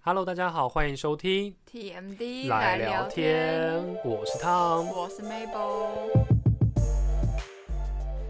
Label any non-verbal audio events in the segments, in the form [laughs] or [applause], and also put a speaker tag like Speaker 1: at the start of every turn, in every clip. Speaker 1: Hello，大家好，欢迎收听
Speaker 2: TMD
Speaker 1: 聊，我是汤。
Speaker 2: 我是 Mabel，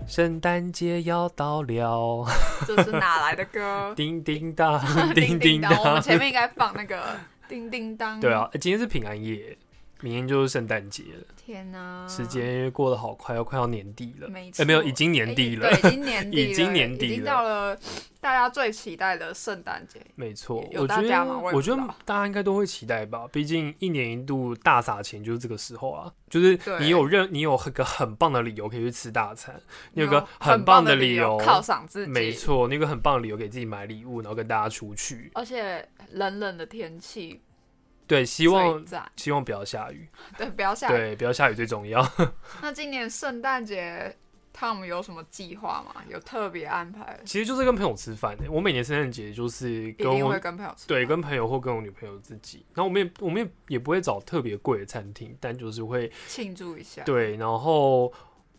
Speaker 1: 圣诞节要到
Speaker 2: [laughs]
Speaker 1: 了，
Speaker 2: 这是哪来的歌？
Speaker 1: 叮叮
Speaker 2: [laughs]
Speaker 1: 当， [laughs] 叮叮
Speaker 2: 我们
Speaker 1: 当。
Speaker 2: 前面应该放
Speaker 1: [laughs]
Speaker 2: 那个叮叮当。
Speaker 1: 对啊，，今天是平安夜，明天就是圣诞节了，
Speaker 2: 天哪，
Speaker 1: 时间过得好快，要快要年底了。
Speaker 2: 没
Speaker 1: 哎，没有，
Speaker 2: 错
Speaker 1: 已经年底了
Speaker 2: 哎。对，已经年底了，
Speaker 1: 已经年底了
Speaker 2: 已经到了大家最期待的圣诞节。
Speaker 1: 没错，
Speaker 2: 有
Speaker 1: 我觉
Speaker 2: 大
Speaker 1: 得
Speaker 2: 家吗我也
Speaker 1: 我
Speaker 2: 不
Speaker 1: 觉
Speaker 2: 知
Speaker 1: 得
Speaker 2: 道
Speaker 1: 大家应该都会期待吧，毕竟一年一度大撒钱就是这个时候啊，就是你
Speaker 2: 对
Speaker 1: 有任你有很个很棒的理由可以去吃大餐，你有
Speaker 2: 然
Speaker 1: 个
Speaker 2: 后
Speaker 1: 很
Speaker 2: 很
Speaker 1: 棒的
Speaker 2: 的
Speaker 1: 理由
Speaker 2: 由犒赏自己，
Speaker 1: 没。错，你有个很棒的理由给自己买礼物，然后跟大家出去，
Speaker 2: 而且冷冷的天气
Speaker 1: 对，希望
Speaker 2: 最赞 [laughs]
Speaker 1: 希望不要下雨，
Speaker 2: 对，不要下雨。
Speaker 1: 对，不要下雨最重要。 [laughs]
Speaker 2: 那今年圣诞节他们有什么计划吗？有特别安排？
Speaker 1: 其实就是跟朋友吃饭欸的，我每年圣诞节就是
Speaker 2: 一
Speaker 1: 跟
Speaker 2: 定
Speaker 1: 我
Speaker 2: 会跟朋友吃饭。
Speaker 1: 对，跟朋友或跟我女朋友自己，然后我们也我们也也不会找特别贵的餐厅，但就是会
Speaker 2: 庆祝一下。
Speaker 1: 对，然后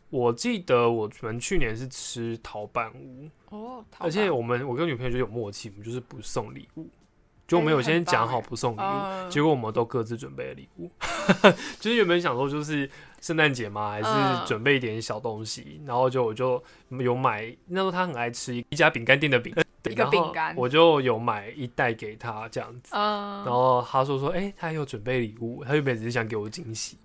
Speaker 1: 我记得我们去年是吃陶板屋，
Speaker 2: 哦，
Speaker 1: 而且我们我跟女朋友就有默契，我们就是不送礼物，就我们
Speaker 2: 哎
Speaker 1: 有先
Speaker 2: 很棒
Speaker 1: 讲
Speaker 2: 哎
Speaker 1: 好不送礼物，
Speaker 2: 呃
Speaker 1: 结果我们都各自准备了礼物， [laughs] 就是原本想说就是圣诞节嘛，还是
Speaker 2: 嗯
Speaker 1: 准备一点小东西，然后就我就有买，那时候他很爱吃一家饼干店的饼，对
Speaker 2: 一个
Speaker 1: 然
Speaker 2: 饼
Speaker 1: 后
Speaker 2: 干
Speaker 1: 我就有买一袋给他这样子。
Speaker 2: 嗯，
Speaker 1: 然后他说说，哎、他也有准备礼物，他原本只是想给我惊
Speaker 2: [laughs]
Speaker 1: 喜，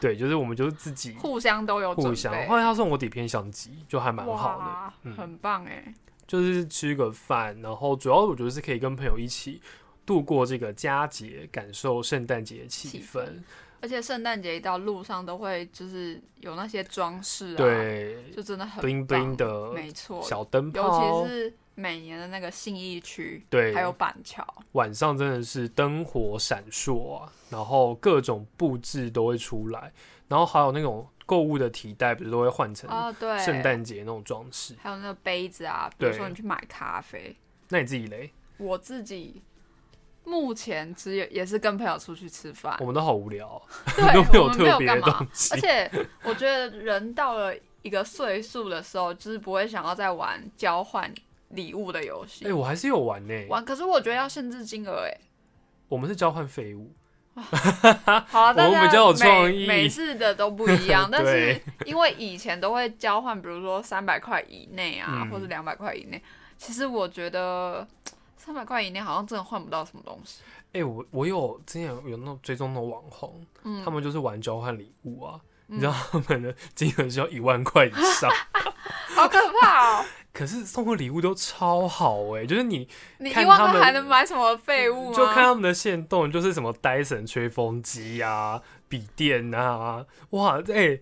Speaker 1: 对，就是我们就是自己
Speaker 2: 互相都有
Speaker 1: 互
Speaker 2: 准
Speaker 1: 相
Speaker 2: 备。
Speaker 1: 后来他送我底片相机，就还蛮好的，
Speaker 2: 哇
Speaker 1: 嗯
Speaker 2: 很棒哎，
Speaker 1: 就是吃个饭，然后主要我觉得是可以跟朋友一起度过这个佳节，感受圣诞节气
Speaker 2: 气
Speaker 1: 氛。
Speaker 2: 而且圣诞节一到路上都会就是有那些装饰啊，，
Speaker 1: 对
Speaker 2: 就真的很
Speaker 1: bling
Speaker 2: 棒
Speaker 1: bling 的
Speaker 2: 没错，
Speaker 1: 小灯泡
Speaker 2: 尤其，是每年的那个信义区，
Speaker 1: 对
Speaker 2: 还，有板桥，
Speaker 1: 晚上真的是灯火闪烁啊，然后各种布置都会出来，然后还有那种购物的提袋，不是都会换成
Speaker 2: 哦对，
Speaker 1: 圣诞节那种装饰。
Speaker 2: 还有那个杯子啊，比如
Speaker 1: 对
Speaker 2: 说你去买咖啡，
Speaker 1: 那你自己嘞？
Speaker 2: 我自己。目前只有也是跟朋友出去吃饭
Speaker 1: 我，们都好无聊哦、
Speaker 2: 啊 [laughs] 对，
Speaker 1: 都没有
Speaker 2: 我们
Speaker 1: 特别
Speaker 2: 干
Speaker 1: 的
Speaker 2: 嘛
Speaker 1: 东西
Speaker 2: 而。且我觉得人到了一个岁数的时候，就是不会想要再玩交换礼物的游戏。
Speaker 1: 哎、我还是有玩呢、
Speaker 2: 玩，可是我觉得要限制金额哎、
Speaker 1: 我们是交换废物，
Speaker 2: 好啊，大
Speaker 1: 我
Speaker 2: 家
Speaker 1: 们比较有创意，
Speaker 2: 每每次的都不一样
Speaker 1: [laughs]
Speaker 2: 但是
Speaker 1: 对
Speaker 2: 因为以前都会交换，比如说三百块以内啊，
Speaker 1: 嗯
Speaker 2: 或者两百块以内。其实我觉得三百块以内好像真的换不到什么东西。
Speaker 1: 哎、我我有之前有那种追踪那种网红，
Speaker 2: 嗯
Speaker 1: 他们就是玩交换礼物啊，
Speaker 2: 嗯
Speaker 1: 你知道他们的金额是要一万块以
Speaker 2: [laughs]
Speaker 1: 上，
Speaker 2: 好可怕哦！
Speaker 1: 可是送的礼物都超好哎、就是你
Speaker 2: 你
Speaker 1: 看
Speaker 2: 一万
Speaker 1: 他们
Speaker 2: 块还能买什么废物吗？
Speaker 1: 就看他们的线动，就是什么 Dyson 吹风机啊、笔电啊，哇，哎、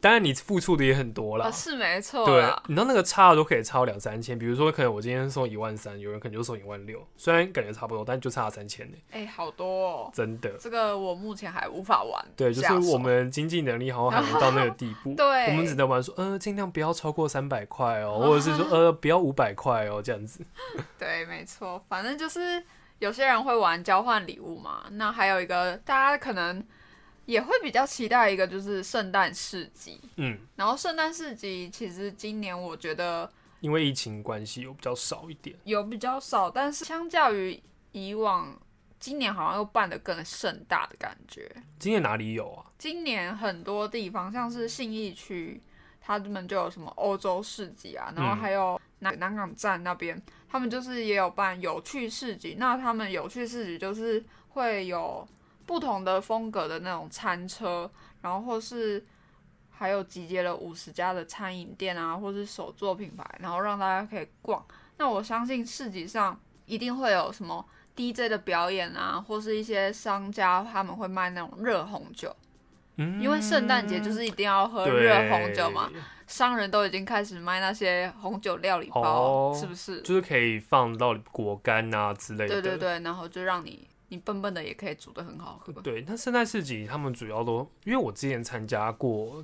Speaker 1: 当然你付出的也很多啦。
Speaker 2: 啊是没错
Speaker 1: 对
Speaker 2: 啦，，
Speaker 1: 你知道那个差额都可以差到两三千，比如说可能我今天送一万三，有人可能就送一万六，虽然感觉差不多，但就差了三千呢，
Speaker 2: 哎、好多哦。
Speaker 1: 真的。
Speaker 2: 这个我目前还无法玩。
Speaker 1: 对，就是
Speaker 2: 下手
Speaker 1: 我们经济能力好像还没到那个地步，
Speaker 2: [laughs] 对
Speaker 1: 我们只能玩说，呃，尽量不要超过三百块
Speaker 2: [laughs]
Speaker 1: 哦，或者是说，呃，不要五百块哦，这样子。
Speaker 2: 对，没错，反正就是有些人会玩交换礼物嘛。那还有一个大家可能也会比较期待一个就是圣诞市集，
Speaker 1: 嗯，
Speaker 2: 然后圣诞市集其实今年我觉得
Speaker 1: 因为疫情关系，有比较少一点。
Speaker 2: 有比较少，但是相较于以往，今年好像又办得更盛大的感觉。
Speaker 1: 今年哪里有啊？
Speaker 2: 今年很多地方，像是信义区，他们就有什么欧洲市集啊，然后
Speaker 1: 嗯
Speaker 2: 还有南南港站那边，他们就是也有办有趣市集。那他们有趣市集就是会有不同的风格的那种餐车，然后或是还有集结了五十家的餐饮店啊，或是手作品牌，然后让大家可以逛。那我相信市集上一定会有什么 DJ 的表演啊，或是一些商家他们会卖那种热红酒，
Speaker 1: 嗯，
Speaker 2: 因为圣诞节就是一定要喝
Speaker 1: 对
Speaker 2: 热红酒嘛，，商人都已经开始卖那些红酒料理包，
Speaker 1: 哦
Speaker 2: 是不是？
Speaker 1: 就是可以放到果干啊之类的。
Speaker 2: 对对对，然后就让你你笨笨的也可以煮的很好喝。
Speaker 1: 对，那圣诞市集他们主要都，因为我之前参加过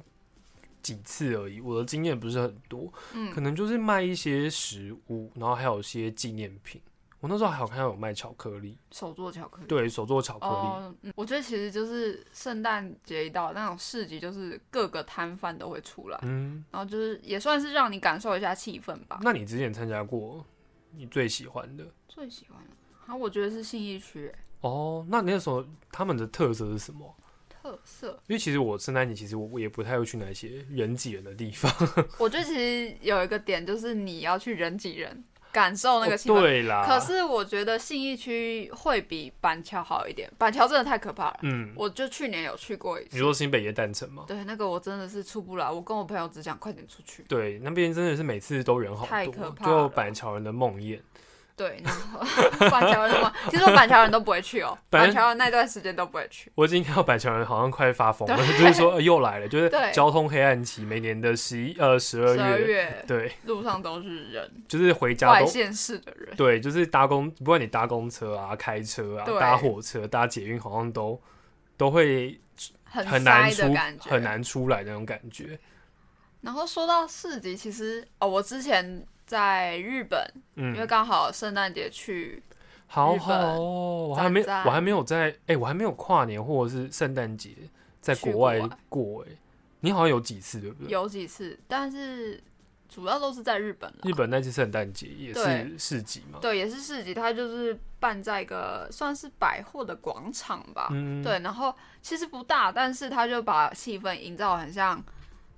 Speaker 1: 几次而已，我的经验不是很多，
Speaker 2: 嗯
Speaker 1: 可能就是卖一些食物，然后还有一些纪念品。我那时候还有看到有卖巧克力，
Speaker 2: 手做巧克力。
Speaker 1: 对手做巧克力，
Speaker 2: 哦、嗯我觉得其实就是圣诞节一到，那种市集就是各个摊贩都会出来，
Speaker 1: 嗯，
Speaker 2: 然后就是也算是让你感受一下气氛吧。
Speaker 1: 那你之前参加过你最喜欢的？
Speaker 2: 最喜欢的啊，我觉得是信义区欸
Speaker 1: 哦，那你那时候他们的特色是什么？
Speaker 2: 特色。
Speaker 1: 因为其实我圣诞节，其实我我也不太会去那些人挤人的地方。
Speaker 2: 我觉得其实有一个点就是你要去人挤人，感受哦
Speaker 1: [laughs]
Speaker 2: 那个气氛。
Speaker 1: 对啦，
Speaker 2: 可是我觉得信义区会比板桥好一点，板桥真的太可怕了。
Speaker 1: 嗯，
Speaker 2: 我就去年有去过一
Speaker 1: 你
Speaker 2: 次，
Speaker 1: 说新北耶诞城吗？
Speaker 2: 对，那个我真的是出不来，我跟我朋友只想快点出去。
Speaker 1: 对，那边真的是每次都人好多，
Speaker 2: 太可怕
Speaker 1: 就
Speaker 2: 了
Speaker 1: 板桥人的梦魇。
Speaker 2: 对，
Speaker 1: [laughs]
Speaker 2: 然后板桥人的话，其实我板桥人都不会去哦，
Speaker 1: 板
Speaker 2: 板桥人那段时间都不会去。
Speaker 1: 我已经看到板桥人好像快发疯了，
Speaker 2: [laughs]
Speaker 1: 就是说、呃又来了，就是
Speaker 2: 对
Speaker 1: 交通黑暗期，每年的十一呃十二
Speaker 2: 十
Speaker 1: 月，
Speaker 2: 二月
Speaker 1: 对，
Speaker 2: 路上都是人，
Speaker 1: 就是回家
Speaker 2: 外
Speaker 1: 都
Speaker 2: 县市的人，
Speaker 1: 对，就是搭公，不管你搭公车啊、开车啊、
Speaker 2: 对
Speaker 1: 搭火车、搭捷运，好像都都会
Speaker 2: 很
Speaker 1: 很难
Speaker 2: 塞
Speaker 1: 出
Speaker 2: 的感觉，
Speaker 1: 很。难出来那种感觉。
Speaker 2: 然后说到市集，其实哦，我之前在日本，因为
Speaker 1: 嗯，
Speaker 2: 刚好圣诞节去，
Speaker 1: 好
Speaker 2: 日
Speaker 1: 好
Speaker 2: 本
Speaker 1: 哦，我还没
Speaker 2: 赞赞
Speaker 1: 我还没有在哎、我还没有跨年或者是圣诞节在
Speaker 2: 去
Speaker 1: 国外
Speaker 2: 国外
Speaker 1: 过哎、你好像有几次对不对？
Speaker 2: 有几次，但是主要都是在日本了。
Speaker 1: 日本那次圣诞节也
Speaker 2: 对
Speaker 1: 是市集嘛，
Speaker 2: 对，也是市集，它就是办在一个算是百货的广场吧。
Speaker 1: 嗯，
Speaker 2: 对，然后其实不大，但是它就把气氛营造很像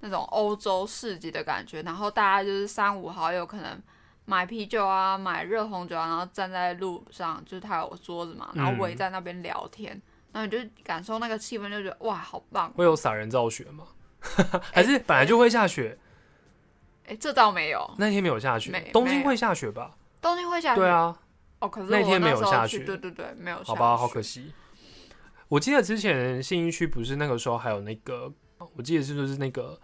Speaker 2: 那种欧洲市集的感觉。然后大家就是三五好友，可能买啤酒啊，买热红酒啊，然后站在路上，就是它有桌子嘛，然后围
Speaker 1: 嗯
Speaker 2: 在那边聊天。然后你就感受那个气氛，就觉得哇，好棒！
Speaker 1: 会有撒人造雪
Speaker 2: [laughs]
Speaker 1: 吗？还是本来就会下雪？
Speaker 2: 哎，这倒没有，
Speaker 1: 那天没有下雪
Speaker 2: 没，
Speaker 1: 东京
Speaker 2: 没有
Speaker 1: 会下雪吧？
Speaker 2: 东京会下雪。
Speaker 1: 对啊，
Speaker 2: 哦，可是
Speaker 1: 那
Speaker 2: 我
Speaker 1: 天没有
Speaker 2: 时候
Speaker 1: 下
Speaker 2: 去
Speaker 1: 雪
Speaker 2: 对对对，没有下
Speaker 1: 好吧，好
Speaker 2: 雪
Speaker 1: 可惜。我记得之前信义区不是那个时候还有那个，我记得是就是那个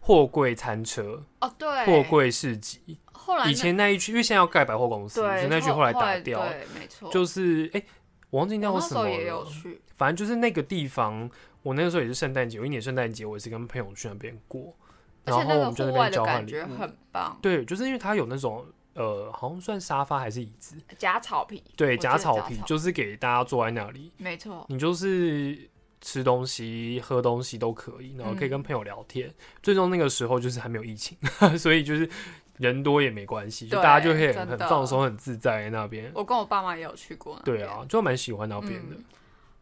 Speaker 1: 货柜餐车、
Speaker 2: 哦，对，
Speaker 1: 货柜市集。
Speaker 2: 后来
Speaker 1: 以
Speaker 2: 那
Speaker 1: 前那一区，因为现在要盖百货公司，所以
Speaker 2: 对，
Speaker 1: 那区
Speaker 2: 后
Speaker 1: 来打掉。
Speaker 2: 对，没错，
Speaker 1: 就是哎、我忘记
Speaker 2: 我
Speaker 1: 叫
Speaker 2: 那
Speaker 1: 什
Speaker 2: 时
Speaker 1: 么
Speaker 2: 候也有
Speaker 1: 了，
Speaker 2: 去，
Speaker 1: 反正就是那个地方。我那个时候也是圣诞节，我一年圣诞节我也是跟朋友去那边过，
Speaker 2: 而
Speaker 1: 然后
Speaker 2: 且那
Speaker 1: 我
Speaker 2: 个
Speaker 1: 们就在
Speaker 2: 户
Speaker 1: 那
Speaker 2: 外
Speaker 1: 边
Speaker 2: 的
Speaker 1: 交换
Speaker 2: 感
Speaker 1: 礼
Speaker 2: 觉
Speaker 1: 物。
Speaker 2: 很棒，
Speaker 1: 对，就是因为它有那种呃，好像算沙发还是椅子，
Speaker 2: 假草皮，
Speaker 1: 对，
Speaker 2: 我记得
Speaker 1: 假草
Speaker 2: 假
Speaker 1: 皮，
Speaker 2: 草
Speaker 1: 就是给大家坐在那里，
Speaker 2: 没错，
Speaker 1: 你就是吃东西、喝东西都可以，然后
Speaker 2: 嗯
Speaker 1: 可以跟朋友聊天。最终那个时候就是还没有疫情， [laughs] 所以就是人多也没关系，就
Speaker 2: 对
Speaker 1: 大家就可以
Speaker 2: 真
Speaker 1: 很
Speaker 2: 的
Speaker 1: 放松、很自在在那边。
Speaker 2: 我跟我爸妈也有去过，
Speaker 1: 对啊，。就蛮喜欢那边的。
Speaker 2: 嗯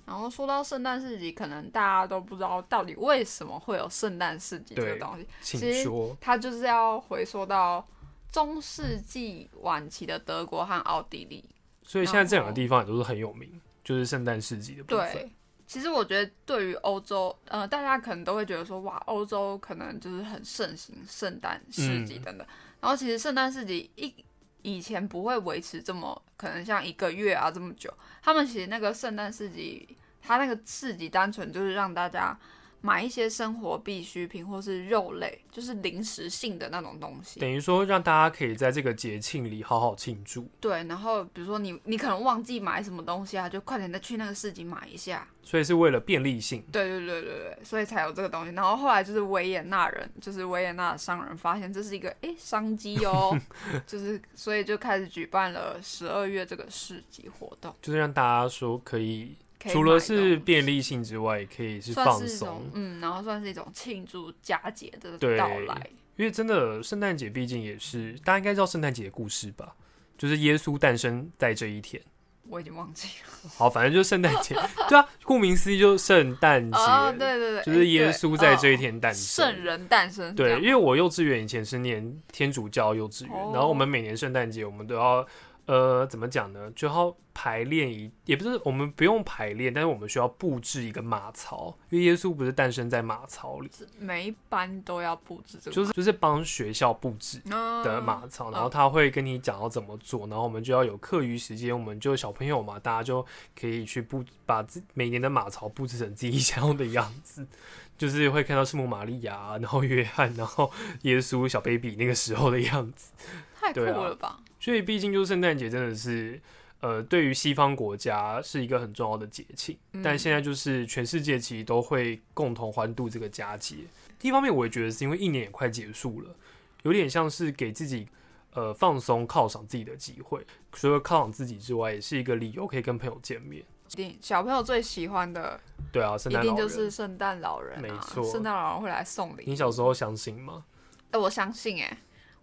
Speaker 2: 然后说到圣诞市集，可能大家都不知道到底为什么会有圣诞市集这
Speaker 1: 对
Speaker 2: 个东西，
Speaker 1: 请
Speaker 2: 其实
Speaker 1: 说，
Speaker 2: 它就是要回溯到中世纪晚期的德国和奥地利。
Speaker 1: 所以现在这两
Speaker 2: 然
Speaker 1: 个
Speaker 2: 后
Speaker 1: 地方也都是很有名，就是圣诞市集的部分。
Speaker 2: 对，其实我觉得对于欧洲，呃，大家可能都会觉得说，哇，欧洲可能就是很盛行圣诞市集
Speaker 1: 嗯
Speaker 2: 等等。然后其实圣诞市集一以前不会维持这么，可能像一个月啊这么久。他们其实那个圣诞市集，它那个市集单纯就是让大家。买一些生活必需品或是肉类，就是零食性的那种东西。
Speaker 1: 等于说让大家可以在这个节庆里好好庆祝。
Speaker 2: 对，然后比如说你你可能忘记买什么东西啊，就快点再去那个市集买一下。
Speaker 1: 所以是为了便利性，
Speaker 2: 对对对对对，所以才有这个东西。然后后来就是维也纳人，就是维也纳的商人发现这是一个诶商机
Speaker 1: [laughs]
Speaker 2: 哦，就是所以就开始举办了十二月这个市集活动。
Speaker 1: 就是让大家说可以，
Speaker 2: 可以
Speaker 1: 除了
Speaker 2: 买
Speaker 1: 是
Speaker 2: 东
Speaker 1: 便利性之外，也可以是
Speaker 2: 算
Speaker 1: 放
Speaker 2: 是一
Speaker 1: 松
Speaker 2: 种。嗯，然后算是一种庆祝佳节的
Speaker 1: 对
Speaker 2: 到来。
Speaker 1: 因为真的，圣诞节毕竟也是大家应该知道圣诞节的故事吧，就是耶稣诞生在这一天。
Speaker 2: 我已经忘记了
Speaker 1: 好，反正就是圣诞节，对啊，顾名思义就是圣诞节，
Speaker 2: 哦，对对对，
Speaker 1: 就是耶稣在这一
Speaker 2: 天
Speaker 1: 天诞生。
Speaker 2: 圣人诞生，这
Speaker 1: 对，
Speaker 2: 样
Speaker 1: 因为我幼稚园以前是念天主教幼稚园，
Speaker 2: 哦
Speaker 1: 然后我们每年圣诞节我们都要，呃，怎么讲呢？就要排练一，也不是我们不用排练，但是我们需要布置一个马槽，因为耶稣不是诞生在马槽里，
Speaker 2: 是每一班都要布置这个，
Speaker 1: 就是就是帮学校布置
Speaker 2: 嗯
Speaker 1: 的马槽，然后
Speaker 2: 嗯
Speaker 1: 他会跟你讲要怎么做，然后我们就要有课余时间，我们就小朋友嘛，大家就可以去布把自每年的马槽布置成自己想要的样子， [laughs] 就是会看到圣母玛利亚，然后约翰，然后耶稣小 baby 那个时候的样子。
Speaker 2: 太酷
Speaker 1: 对啊
Speaker 2: 了吧？
Speaker 1: 所以，毕竟就是圣诞节真的是，呃，对于西方国家是一个很重要的节庆，
Speaker 2: 嗯
Speaker 1: 但现在就是全世界其实都会共同欢度这个佳节。一方面，我也觉得是因为一年也快结束了，有点像是给自己呃放松、犒赏自己的机会。除了犒赏自己之外，也是一个理由可以跟朋友见面。
Speaker 2: 一定小朋友最喜欢的
Speaker 1: 对啊，圣
Speaker 2: 一
Speaker 1: 诞
Speaker 2: 定
Speaker 1: 老
Speaker 2: 就
Speaker 1: 人，
Speaker 2: 是圣诞老人、啊，
Speaker 1: 没错嗯
Speaker 2: 圣诞老人会来送礼。
Speaker 1: 你小时候相信吗？
Speaker 2: 哎、我相信哎、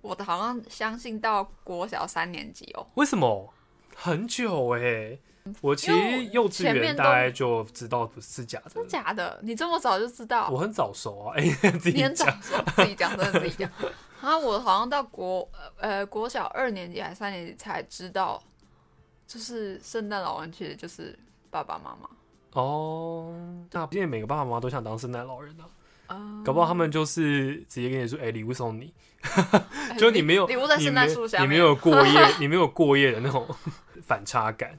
Speaker 2: 我好像相信到国小三年级哦，
Speaker 1: 为什么？很久哎、我其
Speaker 2: 因为
Speaker 1: 实
Speaker 2: 我
Speaker 1: 幼稚
Speaker 2: 前
Speaker 1: 园
Speaker 2: 面
Speaker 1: 大
Speaker 2: 都
Speaker 1: 概就知道不是假的
Speaker 2: 真的，假的？你这么早就知道？
Speaker 1: 我很早熟啊，哎、 [laughs] 自己
Speaker 2: 年长
Speaker 1: 讲，
Speaker 2: 的时候自己讲，真的自己
Speaker 1: [laughs]
Speaker 2: 讲。啊，我好像到国呃国小二年级还是三年级才知道，就是圣诞老人其实就是爸爸妈妈。
Speaker 1: 哦，那不见得每个爸爸妈妈都想当圣诞老人啊，
Speaker 2: 嗯
Speaker 1: 搞不好他们就是直接跟你说，哎、礼物送你，
Speaker 2: 哎
Speaker 1: 就你没有
Speaker 2: 礼礼物在
Speaker 1: 你
Speaker 2: 圣
Speaker 1: 没
Speaker 2: 诞树下
Speaker 1: 你
Speaker 2: 面，
Speaker 1: 没有过
Speaker 2: [laughs]
Speaker 1: 夜，你没有过夜的那种 [laughs] 反差感。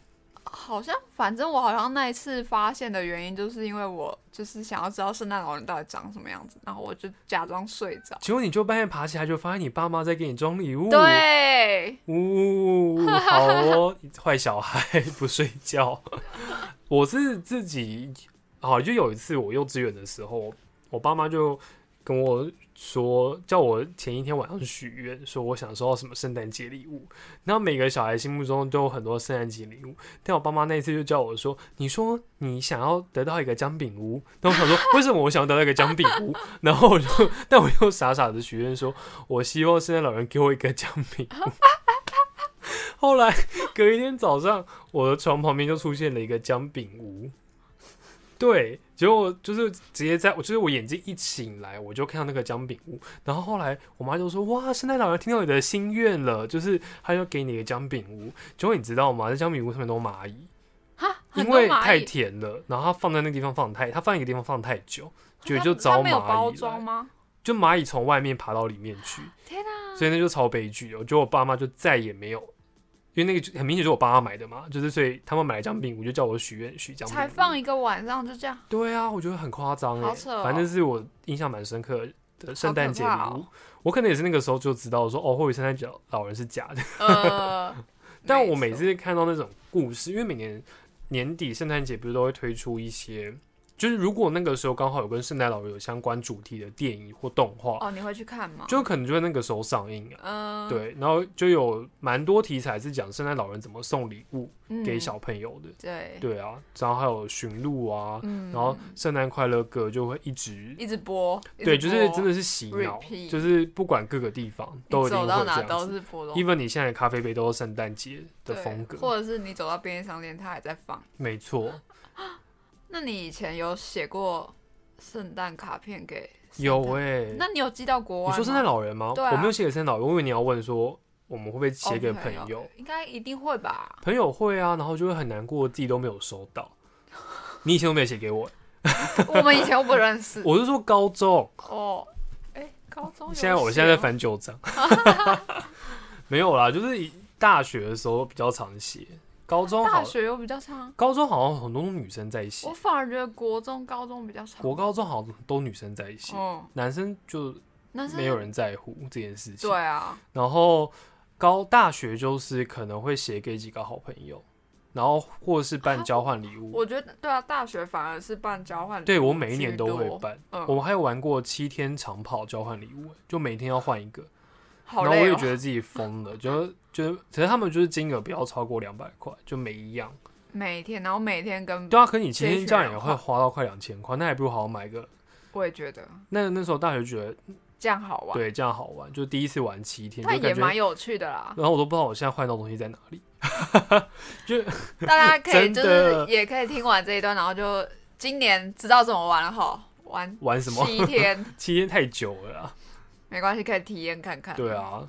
Speaker 2: 好像，反正我好像那一次发现的原因，就是因为我就是想要知道圣诞老人到底长什么样子，然后我就假装睡着。
Speaker 1: 结果你就半夜爬起来，就发现你爸妈在给你装礼物，，
Speaker 2: 对，
Speaker 1: 呜、好哦，坏小孩不睡觉。 [laughs] 我是自己，好，就有一次我幼稚园的时候，我爸妈就跟我说，叫我前一天晚上许愿，说我想收到什么圣诞节礼物。那每个小孩心目中都有很多圣诞节礼物，但我爸妈那一次就叫我说，你说你想要得到一个姜饼屋，那我想说，为什么我想要得到一个姜饼屋？然后我就， [laughs] 但我又傻傻的许愿说，我希望圣诞老人给我一个姜饼屋。后来隔一天早上，我的床旁边就出现了一个姜饼屋。对，结果就是直接在我，就是我眼睛一醒来，我就看到那个姜饼屋。然后后来我妈就说：“哇，圣诞老人听到你的心愿了，就是他要给你一个姜饼屋。”结果你知道吗？那姜饼屋上面都有蚂蚁，
Speaker 2: 哈，很
Speaker 1: 因
Speaker 2: 多
Speaker 1: 为
Speaker 2: 蚂
Speaker 1: 太
Speaker 2: 蚁，
Speaker 1: 甜了，然后它放在那个地方放太，它放一个地方放太久，就
Speaker 2: 它
Speaker 1: 就
Speaker 2: 它
Speaker 1: 招
Speaker 2: 没有包
Speaker 1: 蚂蚁
Speaker 2: 装
Speaker 1: 来，
Speaker 2: 吗？
Speaker 1: 就蚂蚁从外面爬到里面去。
Speaker 2: 天哪、
Speaker 1: 所以那就超悲剧的。我觉得我爸妈就再也没有，因为那个就很明显就是我爸妈买的嘛，就是所以他们买了姜饼，我就叫我许愿许姜饼。
Speaker 2: 才放一个晚上就
Speaker 1: [laughs]
Speaker 2: 这样，
Speaker 1: 对啊，我觉得很夸张哎
Speaker 2: 好扯，哦
Speaker 1: 反正是我印象蛮深刻的圣诞节礼
Speaker 2: 好可怕
Speaker 1: 物
Speaker 2: 哦。
Speaker 1: 我可能也是那个时候就知道说哦，或许圣诞节老人是假的。，
Speaker 2: 呃
Speaker 1: [laughs] 但我每
Speaker 2: 错
Speaker 1: 次看到那种故事，因为每年年底圣诞节不是都会推出一些，就是如果那个时候刚好有跟圣诞老人有相关主题的电影或动画，
Speaker 2: 哦，你会去看吗？
Speaker 1: 就可能就会那个时候上映啊。
Speaker 2: 嗯，
Speaker 1: 对，然后就有蛮多题材是讲圣诞老人怎么送礼物
Speaker 2: 嗯
Speaker 1: 给小朋友的，
Speaker 2: 对，
Speaker 1: 对啊，然后还有驯鹿啊，
Speaker 2: 嗯，
Speaker 1: 然后圣诞快乐歌就会一直，
Speaker 2: 一直播，一直
Speaker 1: 对，就是
Speaker 2: 播
Speaker 1: 真的是洗脑，
Speaker 2: repeat
Speaker 1: 就是不管各个地方
Speaker 2: 你
Speaker 1: 都一定
Speaker 2: 走
Speaker 1: 会
Speaker 2: 到
Speaker 1: 这
Speaker 2: 哪都
Speaker 1: 样子。
Speaker 2: 是播的
Speaker 1: even 你现在的咖啡杯都是圣诞节的
Speaker 2: 对
Speaker 1: 风格，
Speaker 2: 或者是你走到便利商店，它还在放。
Speaker 1: 没错，
Speaker 2: 那你以前有写过圣诞卡片给圣诞？
Speaker 1: 有哎、
Speaker 2: 那你有寄到国外
Speaker 1: 你
Speaker 2: 吗？
Speaker 1: 说圣诞老人吗？
Speaker 2: 对啊
Speaker 1: 我没有写给圣诞老人，因为你要问说我们会不会写给
Speaker 2: 哦
Speaker 1: 朋
Speaker 2: 友
Speaker 1: 友，
Speaker 2: 应该一定会吧？ [laughs]
Speaker 1: 朋友会啊，然后就会很难过，自己都没有收到。你以前都没有写给我欸、
Speaker 2: 我们以前又不认识。
Speaker 1: 我是说高中，
Speaker 2: 哦，哎、高中有哦
Speaker 1: 现在我现在在
Speaker 2: 写吗
Speaker 1: 翻旧账， [laughs] 没有啦，就是大学的时候比较常写，高中
Speaker 2: 大
Speaker 1: 好，
Speaker 2: 学又比较长，
Speaker 1: 高中好像很多女生在写
Speaker 2: 我，反而觉得国中、高中比较长。
Speaker 1: 国高中好像都女生在写，
Speaker 2: 哦，
Speaker 1: 男生就
Speaker 2: 男生
Speaker 1: 没有人在乎这件事情
Speaker 2: 对。啊，
Speaker 1: 然后高大学就是可能会写给几个好朋友，然后或是办交换礼物。
Speaker 2: 啊我觉得对啊，大学反而是办交换礼物
Speaker 1: 对我每一年
Speaker 2: 居
Speaker 1: 都会
Speaker 2: 多，
Speaker 1: 办，
Speaker 2: 嗯
Speaker 1: 我们还有玩过七天长跑交换礼物，就每天要换一个。
Speaker 2: 好
Speaker 1: 然后我
Speaker 2: 累
Speaker 1: 也
Speaker 2: 哦。
Speaker 1: 觉得自己疯了，就是就是，其实他们就是金额不要超过两百块，就每一样。
Speaker 2: 每天，然后每天跟
Speaker 1: 对啊，可你前
Speaker 2: 这一
Speaker 1: 天
Speaker 2: 群
Speaker 1: 这样
Speaker 2: 人
Speaker 1: 也
Speaker 2: 的
Speaker 1: 会
Speaker 2: 话
Speaker 1: 花到快两千块，那还不如好好买一个。
Speaker 2: 我也觉得
Speaker 1: 那那时候大学觉得
Speaker 2: 这样好玩，
Speaker 1: 对这样好玩，就第一次玩七天，
Speaker 2: 但
Speaker 1: 就
Speaker 2: 也
Speaker 1: 感觉
Speaker 2: 蛮，有趣的啦。
Speaker 1: 然后我都不知道我现在换到东西在哪里。 [laughs]
Speaker 2: 大家可以
Speaker 1: 真
Speaker 2: 就
Speaker 1: 的
Speaker 2: 是也可以听完这一段，然后就今年知道怎么玩了哈，玩
Speaker 1: 玩什么？
Speaker 2: 七天
Speaker 1: [laughs] 七天太久了啦。
Speaker 2: 没关系，可以体验看看。
Speaker 1: 对，啊，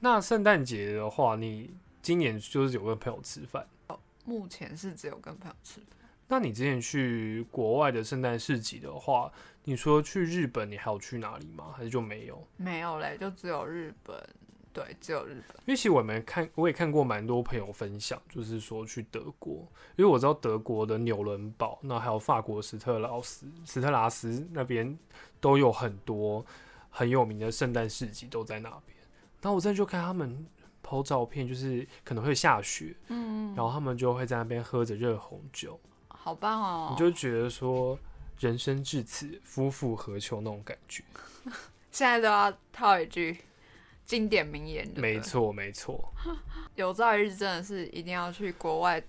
Speaker 1: 那圣诞节的话，你今年就是有跟朋友吃饭。
Speaker 2: 目前是只有跟朋友吃饭。
Speaker 1: 那你之前去国外的圣诞市集的话，你除了去日本，你还有去哪里吗？还是就没有？
Speaker 2: 没有嘞，就只有日本，对，只有日本。
Speaker 1: 因为其实我们看，我也看过蛮多朋友分享，就是说去德国，因为我知道德国的纽伦堡，那还有法国斯特劳斯、斯特拉斯那边都有很多很有名的圣诞市集都在那边。然后我真的就看他们拍照片，就是可能会下雪，
Speaker 2: 嗯，
Speaker 1: 然后他们就会在那边喝着热红酒，
Speaker 2: 好棒哦！
Speaker 1: 你就觉得说人生至此，夫复何求那种感觉。
Speaker 2: 现在都要套一句经典名言，对不对
Speaker 1: 没，错，没错。
Speaker 2: 有朝一日真的是一定要去国外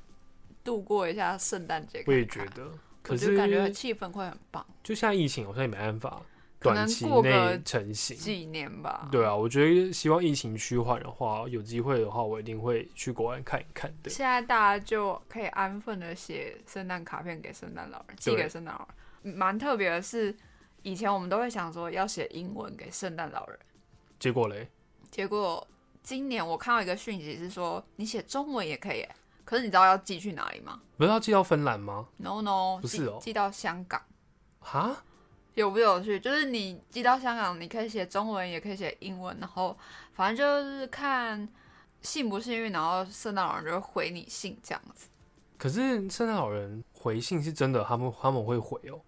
Speaker 2: 度过一下圣诞节看看。
Speaker 1: 我也觉得，可
Speaker 2: 我就是感觉气氛会很棒。
Speaker 1: 就现在疫情好像也没办法，
Speaker 2: 可
Speaker 1: 短
Speaker 2: 能
Speaker 1: 期
Speaker 2: 过
Speaker 1: 内
Speaker 2: 个
Speaker 1: 成型。
Speaker 2: 几年吧。
Speaker 1: 对啊，我觉得希望疫情趋缓的话，有机会的话，我一定会去国外看一看的。
Speaker 2: 现在大家就可以安分的写圣诞卡片给圣诞老人，寄给圣诞老人。蛮特别的是，以前我们都会想说要写英文给圣诞老人，
Speaker 1: 结果嘞，
Speaker 2: 结果今年我看到一个讯息是说，你写中文也可以耶，可是你知道要寄去哪里吗
Speaker 1: 不是要寄到芬兰吗？
Speaker 2: ？No No，
Speaker 1: 不是哦
Speaker 2: 寄寄到香港。
Speaker 1: 哈，
Speaker 2: 有不有趣？就是你寄到香港，你可以写中文，也可以写英文，然后反正就是看幸不幸运，然后圣诞老人就会回你信这样子。
Speaker 1: 可是圣诞老人回信是真的，他们他们会回哦、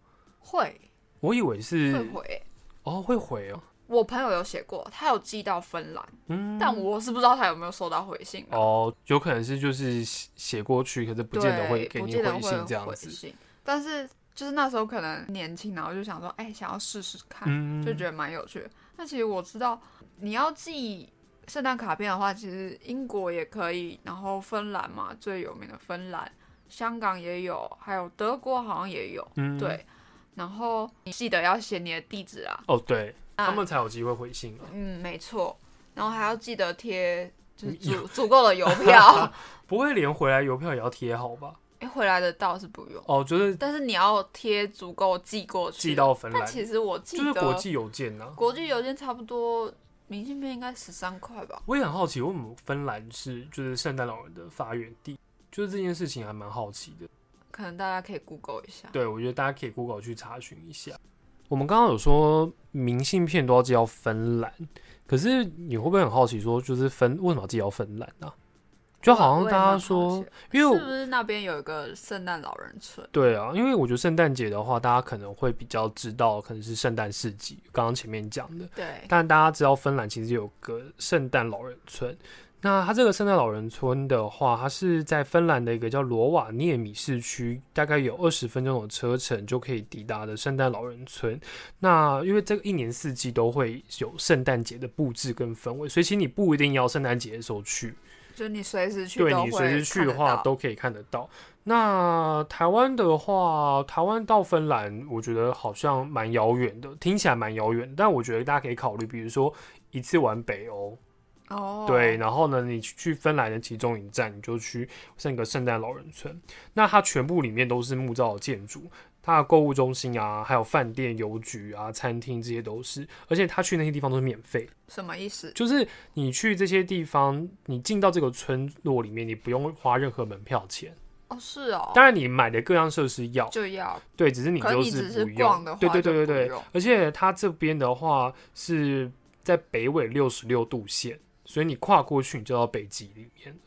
Speaker 2: 会
Speaker 1: 我以为是
Speaker 2: 会回，
Speaker 1: 哦，会回哦、
Speaker 2: 我朋友有写过，他有寄到芬兰，
Speaker 1: 嗯，
Speaker 2: 但我是不知道他有没有收到回信啊。
Speaker 1: 哦，有可能是就是写写过去，可是不
Speaker 2: 对，
Speaker 1: 见得会给
Speaker 2: 不
Speaker 1: 你
Speaker 2: 见得
Speaker 1: 回
Speaker 2: 会
Speaker 1: 信这样
Speaker 2: 回
Speaker 1: 子。
Speaker 2: 信但是就是那时候可能年轻，然后就想说，哎、想要试试看，
Speaker 1: 嗯，
Speaker 2: 就觉得蛮有趣的。那其实我知道，你要寄圣诞卡片的话，其实英国也可以，然后芬兰嘛，最有名的芬兰，香港也有，还有德国好像也有，
Speaker 1: 嗯，
Speaker 2: 对。然后你记得要写你的地址啊，
Speaker 1: 哦，对
Speaker 2: 啊
Speaker 1: 他们才有机会回信啊。
Speaker 2: 嗯，没错。然后还要记得贴，就是
Speaker 1: 你
Speaker 2: 足足够的邮
Speaker 1: [laughs]
Speaker 2: 票，
Speaker 1: 不会连回来邮票也要贴好吧？
Speaker 2: 诶回来的到是不用，
Speaker 1: 哦，就是
Speaker 2: 但是你要贴足够寄过去。
Speaker 1: 寄到芬
Speaker 2: 但
Speaker 1: 兰，
Speaker 2: 其实我记
Speaker 1: 就是
Speaker 2: 得
Speaker 1: 国际邮件呐、啊。
Speaker 2: 国际邮件差不多明信片应该十三块吧。
Speaker 1: 我也很好奇，为什么芬兰是就是圣诞老人的发源地？就是这件事情还蛮好奇的。
Speaker 2: 可能大家可以 Google 一下。
Speaker 1: 对，我觉得大家可以 Google 去查询一下。我们刚刚有说明信片都要寄到芬兰，可是你会不会很好奇说，就是芬为什么要寄到芬兰呢、啊？就好像大家说，因为
Speaker 2: 是
Speaker 1: 我
Speaker 2: 不是那边有一个圣诞老人村？
Speaker 1: 对啊，因为我觉得圣诞节的话，大家可能会比较知道，可能是圣诞市集，刚刚前面讲的。
Speaker 2: 对，
Speaker 1: 但大家知道芬兰其实有个圣诞老人村，那它这个圣诞老人村的话，它是在芬兰的一个叫罗瓦涅米市区，大概有二十分钟的车程就可以抵达的圣诞老人村。那因为这个一年四季都会有圣诞节的布置跟氛围，所以其实你不一定要圣诞节的时候去，
Speaker 2: 就你随时去都会
Speaker 1: 对你随时去的话
Speaker 2: 看得到
Speaker 1: 都可以看得到。那台湾的话，台湾到芬兰，我觉得好像蛮遥远的，听起来蛮遥远，但我觉得大家可以考虑，比如说一次玩北欧，
Speaker 2: 哦，
Speaker 1: 对，，然后呢，你去去芬兰的其中一站，你就去那个圣诞老人村，那它全部里面都是木造的建筑。它的购物中心啊，还有饭店、邮局啊、餐厅，这些都是，而且他去那些地方都是免费，
Speaker 2: 什么意思？
Speaker 1: 就是你去这些地方，你进到这个村落里面，你不用花任何门票钱。
Speaker 2: 哦，是哦，
Speaker 1: 当然，你买的各样设施要
Speaker 2: 就要
Speaker 1: 对，只是你
Speaker 2: 可是
Speaker 1: 就
Speaker 2: 你只是
Speaker 1: 不用
Speaker 2: 逛的。话
Speaker 1: 对对对
Speaker 2: 就不
Speaker 1: 对对
Speaker 2: 用，
Speaker 1: 而且它这边的话是在北纬六十六度线，所以你跨过去，你就到北极里面。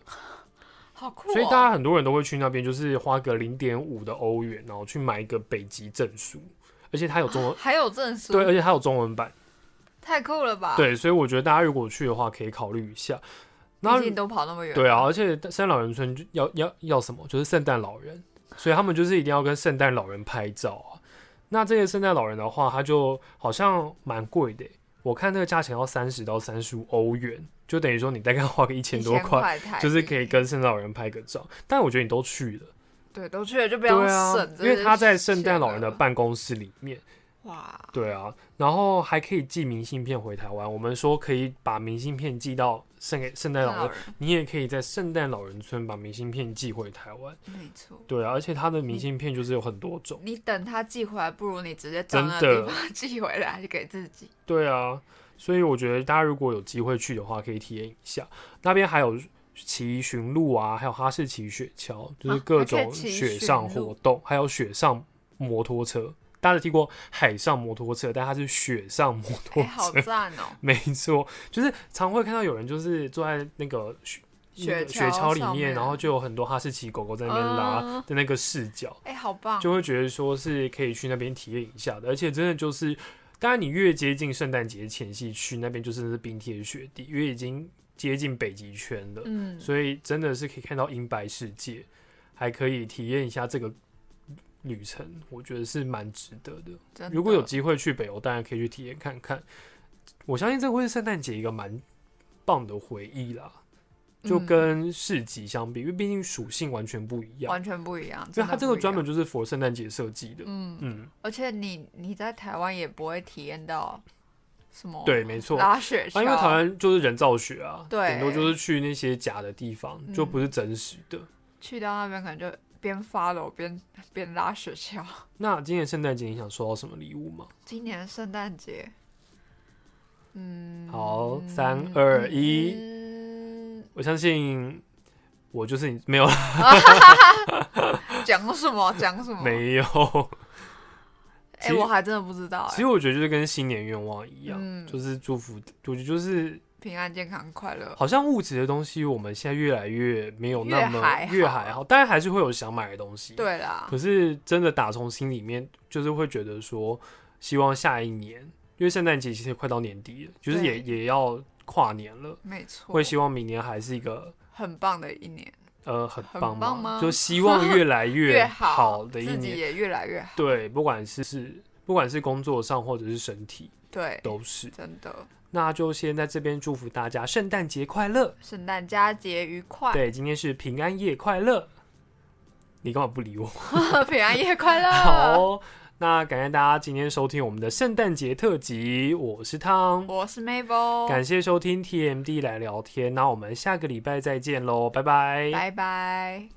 Speaker 2: 好酷哦。
Speaker 1: 所以大家很多人都会去那边，就是花个零点五的欧元，然后去买一个北极证书，而且它有中文，
Speaker 2: 还有证书，
Speaker 1: 哦对，而且它有中文版。
Speaker 2: 太酷了吧？，
Speaker 1: 对，所以我觉得大家如果去的话，可以考虑一下。那
Speaker 2: 毕竟都跑那么远，
Speaker 1: 对啊，，而且圣诞老人村就要要要什么？就是圣诞老人，所以他们就是一定要跟圣诞老人拍照啊。那这些圣诞老人的话，他就好像蛮贵的欸，我看那个价钱要三十到三十五欧元，就等于说你大概花个一千多块，
Speaker 2: 块台币，
Speaker 1: 就是可以跟圣诞老人拍个照。但我觉得你都去了，
Speaker 2: 对，都去了就不要
Speaker 1: 对啊
Speaker 2: 省，，
Speaker 1: 因为他在
Speaker 2: 这是
Speaker 1: 圣诞老人的
Speaker 2: 钱了
Speaker 1: 办公室里面，
Speaker 2: 哇，
Speaker 1: 对啊，然后还可以寄明信片回台湾。我们说可以把明信片寄到圣给圣诞老人
Speaker 2: 人
Speaker 1: 你也可以在圣诞老人村把明信片寄回台湾。
Speaker 2: 没错。
Speaker 1: 对啊，而且它的明信片就是有很多种。
Speaker 2: 你等他寄回来，不如你直接找那
Speaker 1: 真
Speaker 2: 个
Speaker 1: 的
Speaker 2: 地方寄回来给自
Speaker 1: [laughs]
Speaker 2: 己。
Speaker 1: 对啊，所以我觉得大家如果有机会去的话，可以体验一下。那边还有骑驯鹿啊，还有哈士奇雪橇，就是
Speaker 2: 啊
Speaker 1: 各
Speaker 2: 还可以
Speaker 1: 种
Speaker 2: 骑
Speaker 1: 雪
Speaker 2: 驯
Speaker 1: 上
Speaker 2: 鹿
Speaker 1: 活动，还有雪上摩托车。大家有听过海上摩托车，但它是雪上摩
Speaker 2: 哎、
Speaker 1: 托 [laughs]
Speaker 2: 好
Speaker 1: 车。
Speaker 2: 赞哦！
Speaker 1: 没错，就是常会看到有人就是坐在那个雪那
Speaker 2: 雪
Speaker 1: 个雪
Speaker 2: 橇
Speaker 1: 橇里
Speaker 2: 上
Speaker 1: 面，
Speaker 2: 面
Speaker 1: 然后就有很多哈士奇狗狗在那边拉
Speaker 2: 嗯
Speaker 1: 的那个视角。
Speaker 2: 哎、好棒！
Speaker 1: 就会觉得说是可以去那边体验一下的，而且真的就是，当然你越接近圣诞节前夕去那边，就真的是冰天雪地，因为已经接近北极圈了，
Speaker 2: 嗯，
Speaker 1: 所以真的是可以看到银白世界，还可以体验一下这个旅程，我觉得是蛮值得的。
Speaker 2: 真的
Speaker 1: 如果有机会去北欧，当然可以去体验看看，我相信这会是圣诞节一个蛮棒的回忆啦。就
Speaker 2: 嗯
Speaker 1: 跟市集相比，因为毕竟属性完全不一样。
Speaker 2: 完全不一样。
Speaker 1: 所
Speaker 2: 真
Speaker 1: 以
Speaker 2: 的
Speaker 1: 它这个
Speaker 2: 不一
Speaker 1: 专门
Speaker 2: 样，
Speaker 1: 就是佛圣诞节设计的。
Speaker 2: 嗯，
Speaker 1: 嗯，
Speaker 2: 而且你你在台湾也不会体验到什么
Speaker 1: 对，没错。啊，
Speaker 2: 拉雪橇，
Speaker 1: 因为台湾就是人造雪啊，
Speaker 2: 对
Speaker 1: 顶多就是去那些假的地方，就
Speaker 2: 嗯
Speaker 1: 不是真实的。
Speaker 2: 去到那边可能就边发楼边边拉雪橇。
Speaker 1: 那今年圣诞节你想收到什么礼物吗？
Speaker 2: 今年圣诞节，嗯，
Speaker 1: 好三二一
Speaker 2: 嗯
Speaker 1: 我相信我就是你，没
Speaker 2: 哦
Speaker 1: 有啦， [laughs]
Speaker 2: 嗯讲什么讲什么？
Speaker 1: 没有。
Speaker 2: 哎、
Speaker 1: 其实
Speaker 2: 我还真的不知道、
Speaker 1: 其
Speaker 2: 哎，
Speaker 1: 实我觉得就是跟新年愿望一样，
Speaker 2: 嗯
Speaker 1: 就是祝福。我觉得就是
Speaker 2: 平安、健康、快乐。
Speaker 1: 好像物质的东西，我们现在越来越没有那么
Speaker 2: 越还好啊
Speaker 1: 越还好，当然还是会有想买的东西。，
Speaker 2: 对啦，
Speaker 1: 可是真的打从心里面就是会觉得说，希望下一年，因为圣诞节其实也快到年底了，就是也也要跨年了，
Speaker 2: 没错，
Speaker 1: 会希望明年还是一个
Speaker 2: 很棒的一年，
Speaker 1: 呃很
Speaker 2: 很
Speaker 1: 棒
Speaker 2: 棒
Speaker 1: 嘛
Speaker 2: 吗
Speaker 1: 就希望越
Speaker 2: [laughs]
Speaker 1: 来
Speaker 2: 越
Speaker 1: 好的一
Speaker 2: 自己
Speaker 1: 年。
Speaker 2: 也越来越好。
Speaker 1: 对，不管是是不管是工作上或者是身体
Speaker 2: 对，
Speaker 1: 都是。
Speaker 2: 真的，
Speaker 1: 那就先在这边祝福大家圣诞节快乐。
Speaker 2: 圣诞佳节愉快，
Speaker 1: 对，今天是平安夜快乐。你干嘛不理我？
Speaker 2: 平安夜快
Speaker 1: [laughs]
Speaker 2: 乐。
Speaker 1: 好哦、那感谢大家今天收听我们的圣诞节特辑，我是汤，
Speaker 2: 我是 Mabel，
Speaker 1: 感谢收听 TMD 来聊天，那我们下个礼拜再见喽，拜拜。
Speaker 2: 拜拜。